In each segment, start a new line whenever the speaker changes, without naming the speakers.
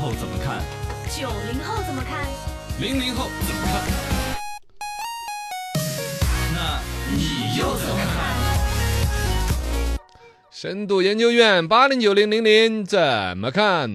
后怎么看？
九零后怎么看？
零零后怎么看？那你又怎么看？
深度研究院八零九零零零怎么看？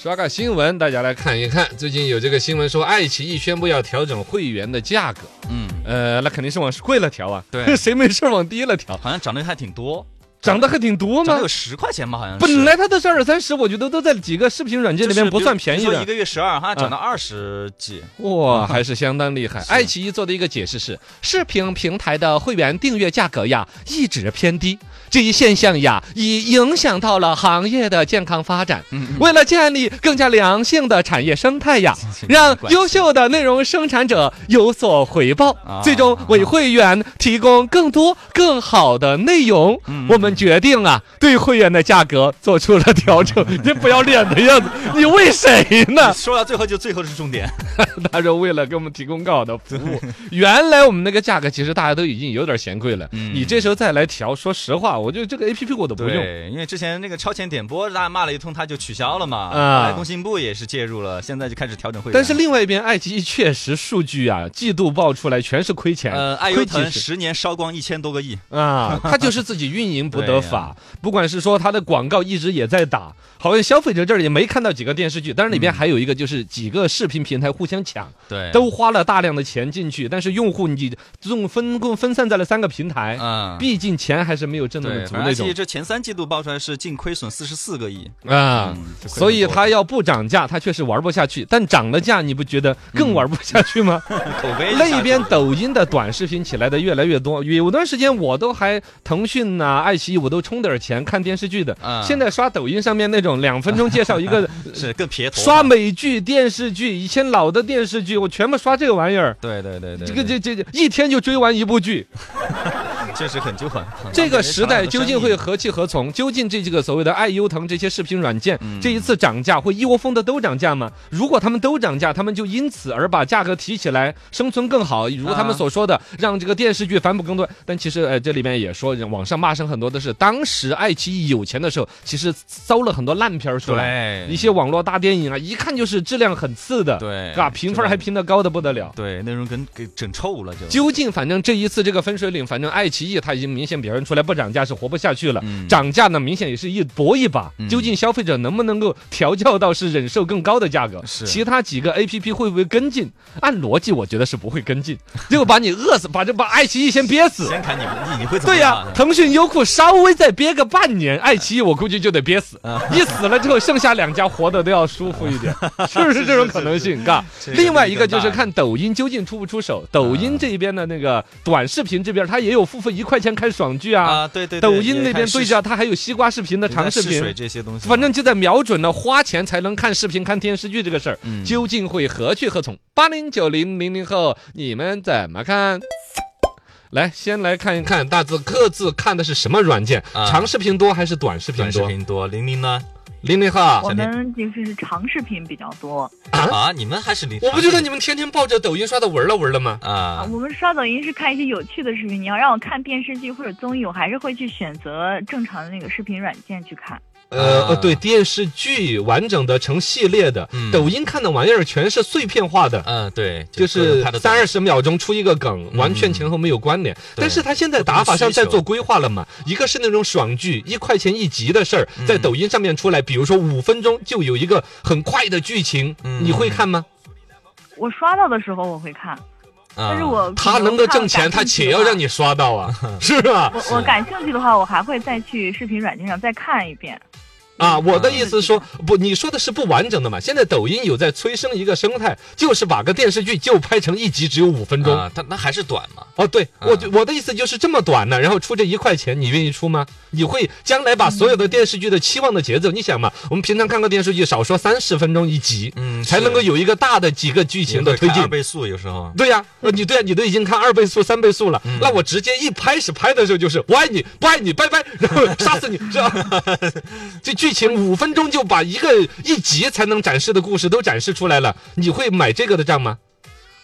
刷个新闻，大家来看一看。最近有这个新闻说，爱奇艺宣布要调整会员的价格。
嗯，
呃，那肯定是往贵了调啊。
对
谁没事儿往低了调？
好像涨得还挺多，
涨得还挺多
涨得
嘛
有。十块钱吧，好像是。
本来它的是二三十，我觉得都在几个视频软件
就
里
是
面不
比如
算便宜
比如说一
的。
个
啊
月十二，哈，涨到二十几。
哇，还是相当厉害。爱奇艺做的一个解释是，视频平台的会员订阅价格呀一直偏低，这一现象呀已影响到了行业的健康发展。
嗯
为了建立更加良性的产业生态呀，让优秀的内容生产者有所回报
啊，
最终为会员提供更多更好的内容
嗯。
我们决定啊，对会员的价格做出了 调整。这不要脸的样子，你为谁呢？
说到最后就最后是重点，
他说为了给我们提供更好的服务，原来我们那个价格其实大家都已经有点嫌贵了，
嗯
你这时候再来调，说实话，我觉得这个 A P P 我都不用。
对，因为之前那个超前点播大家骂了一通，他就取消了嘛。
啊
后来工信部也是介入了，现在就开始调整会员。
但是另外一边，爱奇艺确实数据啊，季度报出来全是亏钱，
呃，爱优
亏几
腾
十
十年烧光一千多个亿，
啊，他就是自己运营不
对
得
呀
法。不管是说他的广告一直也在打，好像消费者这儿也没看到几个电视剧，但是里边还有一个就是几个视频平台互相抢，
嗯对，
都花了大量的钱进去，但是用户你总分共分散在了三个平台。
嗯。
啊毕竟钱还是没有挣那么
对，
足
反正
那
爱奇
种
艺这前三季度报出来是净亏损四十四个亿，
啊
嗯，这亏
所以
很多
他要不涨价，他确实玩不下去；但涨了价，你不觉得更玩不下去吗？
口碑下
那一
去
边
了
抖音的短视频起来的越来越多，有段时间我都还腾讯呐、爱奇艺我都充点钱看电视剧的
嗯，
现在刷抖音上面那种两分钟介绍 一个
是更撇头，
刷美剧、电视剧，以前老的电视剧我全部刷这个玩意儿。
对对对对，
这个
对
这这这一天就追完一部剧，
确实很纠很很
这
浪
个
费
时
大量
代
的
究
生
竟
意
会何去何从？究竟这这个所谓的爱优腾这些视频软件，
嗯
这一次涨价会一窝蜂的都涨价吗？如果他们都涨价，他们就因此而把价格提起来，生存更好，如
啊
他们所说的，让这个电视剧反哺更多。但其实，呃，这里面也说，网上骂声很多的是，当时爱奇艺有钱的时候，其实搜了很多烂片儿出来，
对
一些网络大电影啊，一看就是质量很次的，
对
啊，评分还评得高的不得了。
对内容跟给整臭了就
究竟反正这一次这个分水岭，反正爱奇艺它已经明显表现出来不涨价是活不下去了，
嗯
涨价呢明显也是一搏一把，
嗯
究竟消费者能不能够调教到是忍受更高的价格？
是
其他几个 A P P 会不会跟进？按逻辑我觉得是不会跟进，结果把你饿死，把这把爱奇艺先憋死。
先嗯砍你你你会怎么啊
对呀、
办
腾讯、优酷稍微再憋个半年，爱奇艺我估计就得憋死。
嗯
一死了之后，剩下两家活得都要舒服 一点，是不是这种可能性？嘎
是，是
另外一个就
这
是
个更大嗯
看抖音究竟出不出手。抖音这一边的那个短视频这边，它也有付费一块钱看爽剧啊。
啊对对，对
抖音那
也看
边
试水
对照，它还有西瓜视频的
人家
长视
试水
频。
这些东西嘛，
反正就在瞄准了花钱才能看视频、看电视剧这个事儿，
嗯
究竟会何去何从？八零九零零零后，你们怎么看？来，先来看一看大致各自看的是什么软件，
啊
长视频多还是短视频
短视
多？
频多，玲玲呢
零零后啊，
我们就是长视频比较多，
啊你们还是零，
我不觉得你们天天抱着抖音刷的玩了玩了吗？
啊
啊
我们刷抖音是看一些有趣的视频。你要让我看电视剧或者综艺，我还是会去选择正常的那个视频软件去看。
呃
啊
呃，对，电视剧完整的成系列的，
嗯
抖音看的玩意儿全是碎片化的。
嗯对，
就是
他的
三二十秒钟出一个梗，完全前后没有关联。
嗯对
但是他现在打法上在做规划了嘛？一个是那种爽剧，一块钱一集的事儿，
嗯
在抖音上面出来，比如说五分钟就有一个很快的剧情，
嗯
你会看吗？
我刷到的时候我会看，
嗯
但是我
啊他能够挣钱，他且要让
你。
你刷到啊，是 吧？
我我感兴趣的话，我还会再去视频软件上再看一遍。
啊，我的意思是说，
嗯
不，你说的是不完整的嘛？现在抖音有在催生一个生态，就是把个电视剧就拍成一集只有五分钟。
啊他那还是短嘛，
哦，对，
嗯
我就我的意思就是这么短呢，然后出这一块钱，你愿意出吗？你会将来把所有的电视剧的期望的节奏，你想嘛，我们平常看个电视剧，少说三十分钟一集，
嗯
才
是
能够有一个大的几个剧情的
也会
推
看二
进。
倍速有时候
对呀、呃你对呀、你都已经看二倍速、三倍速了，
嗯
那我直接一开始拍的时候就是我爱你，不爱你，拜拜，然后杀死你，这 这剧情五分钟就把一个一集才能展示的故事都展示出来了，你会买这个的账吗？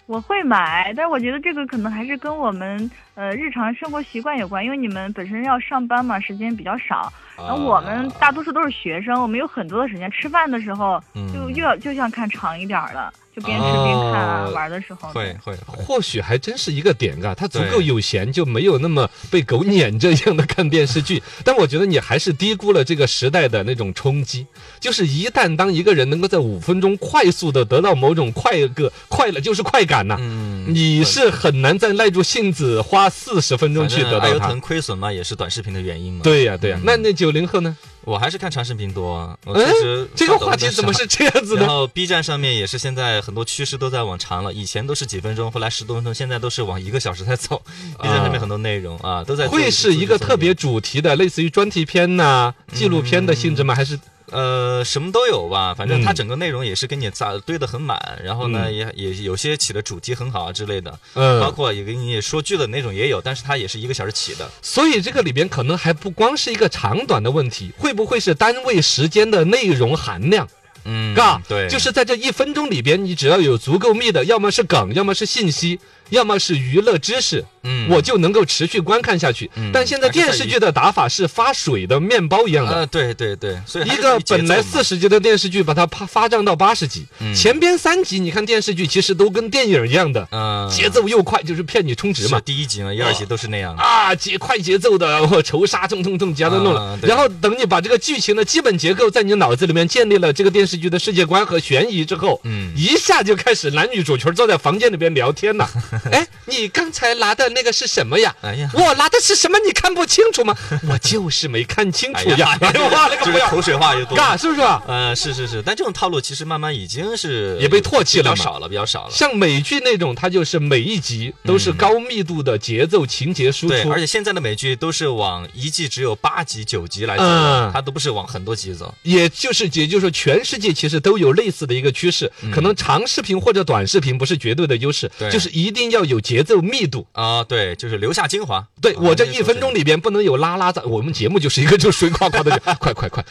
我会买，但是我觉得这个可能还是跟我们呃日常生活习惯有关，因为你们本身要上班嘛，时间比较少。
然
然后我们大多数都是学生，我们有很多的时间。吃饭的时候
嗯
就又要就想看长一点儿的，就边吃边看啊
哦，
玩的时候。
会会会，
或许还真是一个点啊，他足够
对
有闲，就没有那么被狗撵着一样的看电 视剧。但我觉得你还是低估了这个时代的那种冲击，就是一旦当一个人能够在五分钟快速的得到某种快个快乐，就是快感呐、
嗯
你是很难再耐住性子花四十分钟
反
去
正
得
爱
到
优
它
腾。亏损嘛，也是短视频的原因嘛。，
对呀、对呀、那那九零后呢？
我还是看长视频多啊。嗯我
嗯
确实
这个话
刷抖音
题
的
怎么
少
是这样子
然
呢？
后 B 站上面也是现在很多趋势都在往长了，以前都是几分钟，后来十多分钟，现在都是往一个小时在走。B 站上面很多内容啊，都在做
会是一个特别
做
主题的，类似于专题片呐、纪录片的性质
嗯
吗？还是
呃什么都有吧，反正它
嗯
整个内容也是给你扎堆得很满，然后呢也也有些起的主题很好啊之类的，
嗯，
包括也给你说剧的那种也有，但是它也是一个小时起的。
所以这个里边可能还不光是一个长短的问题，会不会是单位时间的内容含量？
嗯
嘎、
对，
就是在这一分钟里边，你只要有足够密的，要么是梗，要么是信息，要么是娱乐知识，
嗯
我就能够持续观看下去。
嗯
但现在电视剧的打法是发水的面包一样的。
呃对对对，所以还
一
是
个
有节奏
本来
嘛
四十集的电视剧，把它发发展到八十集，
嗯
前边三集你看电视剧其实都跟电影一样的，
嗯
节奏又快，就是骗你充值
是
嘛。
第一集呢，一二集都是那样的。
啊，节快节奏的我仇杀，冲冲冲，其他都弄了。
啊对
然后等你把这个剧情的基本结构在你脑子里面建立了这个电视剧的世界观和悬疑之后，
嗯
一下就开始男女主角坐在房间里边聊天 了。哎，你刚才拿的那个是什么呀？
哎呀，
我拿的是什么？你看不清楚 吗？我就是没看清楚呀！哎呦，哇，那个
就
不
是
要
口水话又多。
尬，是不是啊？
呃，是是是，但这种套路其实慢慢已经是
也被唾弃了嘛
比较少了，比较少了。
像美剧那种，它就是每一集都是
嗯
高密度的节奏、情节输
对，
出
而。且现在的美剧都是往一季只有八集、九集来走，
嗯
它都不是往很多集走。
也就是，也就是说，全世界其实都有类似的一个趋势，可能长视频或者短视频不是绝对的优势，
嗯对
就是一定要有节奏密度。
啊、对，就是留下精华。
对
啊
我这一分钟，里边不能有拉拉杂，我们节目就是一个就水夸夸的，就 快快快。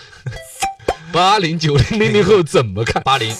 八零九零零零后怎么看？
八零，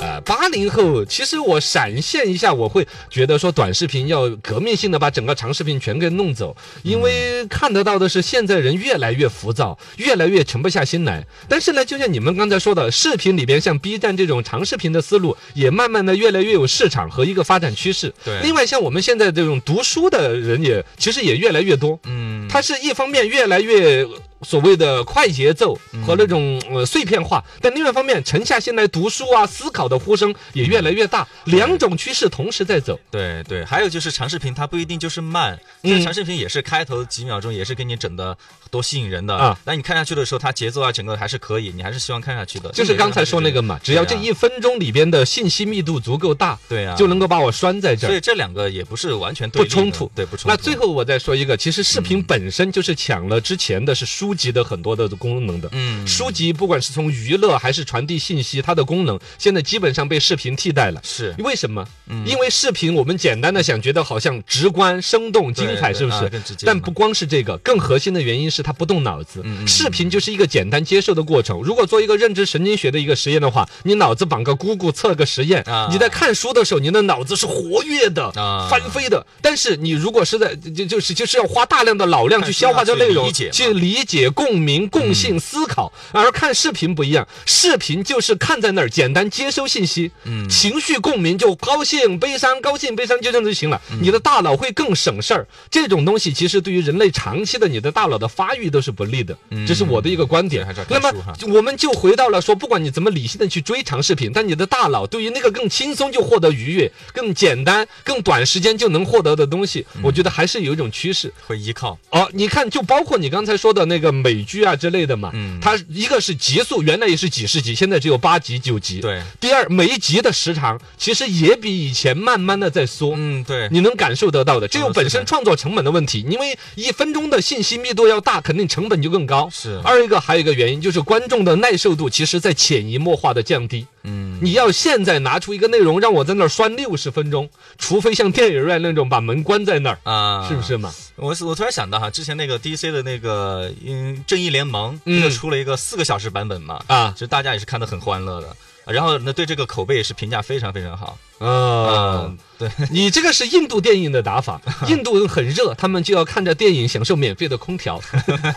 呃，八零后，其实我闪现一下，我会觉得说短视频要革命性的把整个长视频全给弄走，因为看得到的是现在人越来越浮躁，越来越沉不下心来。但是呢，就像你们刚才说的，视频里边像 B 站这种长视频的思路，也慢慢的越来越有市场和一个发展趋势。
对
另外像我们现在这种读书的人也，其实也越来越多。
嗯，
它是一方面越来越所谓的快节奏
嗯
和那种呃碎片化，但另外一方面沉下心来读书啊、思考的呼声也越来越大，
嗯
两种趋势同时在走。
对对，还有就是长视频，它不一定就是慢，
嗯
这长视频也是开头几秒钟也是给你整的多吸引人的
啊
但你看下去的时候，它节奏啊，整个还是可以，你还是希望看下去的。
就是刚才说那个
嗯
嘛，只要这一分钟里边的信息密度足够大，
啊对啊
就能够把我拴在这
所
儿
以。这两个也不是完全对
不
立的
冲突，
对不冲突。
那最后我再说一个，其实视频本身就是抢了之前的是书籍的很多的功能的。
嗯
书籍不管是从娱乐还是传递信息，它的功能现在基本上被视频替代了。
是嗯
为什么？因为视频我们简单的想觉得好像直观、生动、精
对
彩，
对
是不
啊
是
更直？接
但
嘛
不光是这个，更核心的原因是它不动脑子
嗯。嗯
视频就是一个简单接受的过程。如果做一个认知神经学的一个实验的话，你脑子绑个姑姑测个实验
啊，
你在看书的时候，你的脑子是活跃的
啊、
翻飞的。但是你如果是在就就是就是要花大量的脑量去
看书
消
要
化这
去
内容
理，解嘛
去理解、共
嗯
鸣、共性、思考。而看视频不一样，视频就是看在那儿，简单接收信息，
嗯
情绪共鸣就高兴、悲伤、高兴、悲伤就这样就行了。
嗯
你的大脑会更省事儿。这种东西其实对于人类长期的你的大脑的发育都是不利的，这是我的一个观点
嗯还是要。看
那么
书哈
我们就回到了说，不管你怎么理性的去追长视频，但你的大脑对于那个更轻松就获得愉悦、更简单、更短时间就能获得的东西，
嗯
我觉得还是有一种趋势。
会依靠，
哦，你看，就包括你刚才说的那个美剧啊之类的嘛，
嗯
它一个是集数，原来也是几十集，现在只有八集、九集。。
对，
第二，每一集的时长其实也比以前慢慢的在缩。
嗯对，
你能感受得到的，这有
嗯
本
是
身
的
创作成本的问题，因为一分钟的信息密度要大，肯定成本就更高。
是
二一个还有一个原因就是观众的耐受度，其实在潜移默化的降低。
嗯。
你要现在拿出一个内容让我在那儿拴六十分钟，除非像电影院那种把门关在那儿，
啊，
是不是？嘛？
我我突然想到哈，之前那个 DC 的那个嗯正义联盟，
嗯
那个出了一个四个小时版本嘛，
啊
其实大家也是看得很欢乐的。啊然后呢，对这个口碑也是评价非常非常好。
啊
嗯，，对，
你这个是印度电影的 打法，印度很热，他们就要看着电影享受免费的空调。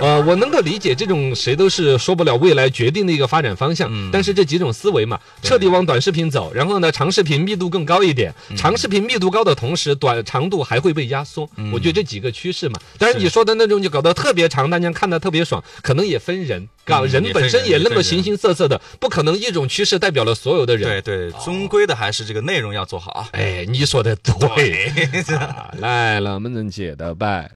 呃，我能够理解这种谁都是说不了未来决定的一个发展方向，
嗯
但是这几种思维嘛，
对
彻底往短视频走，然后呢，长视频密度更高一点，
嗯
长视频密度高的同时，短长度还会被压缩。
嗯
我觉得这几个趋势嘛，当然
是
你说的那种就搞得特别长，大家看的特别爽，可能也分人。搞
嗯
人
也分
本身
人
也
也
那么
分
形
人
形色色的，不可能一种趋势代表了所有的人。
对对，
哦
终归的还是这个内容要做好啊。
哎，你说的对，啊来了，我们能解的拜。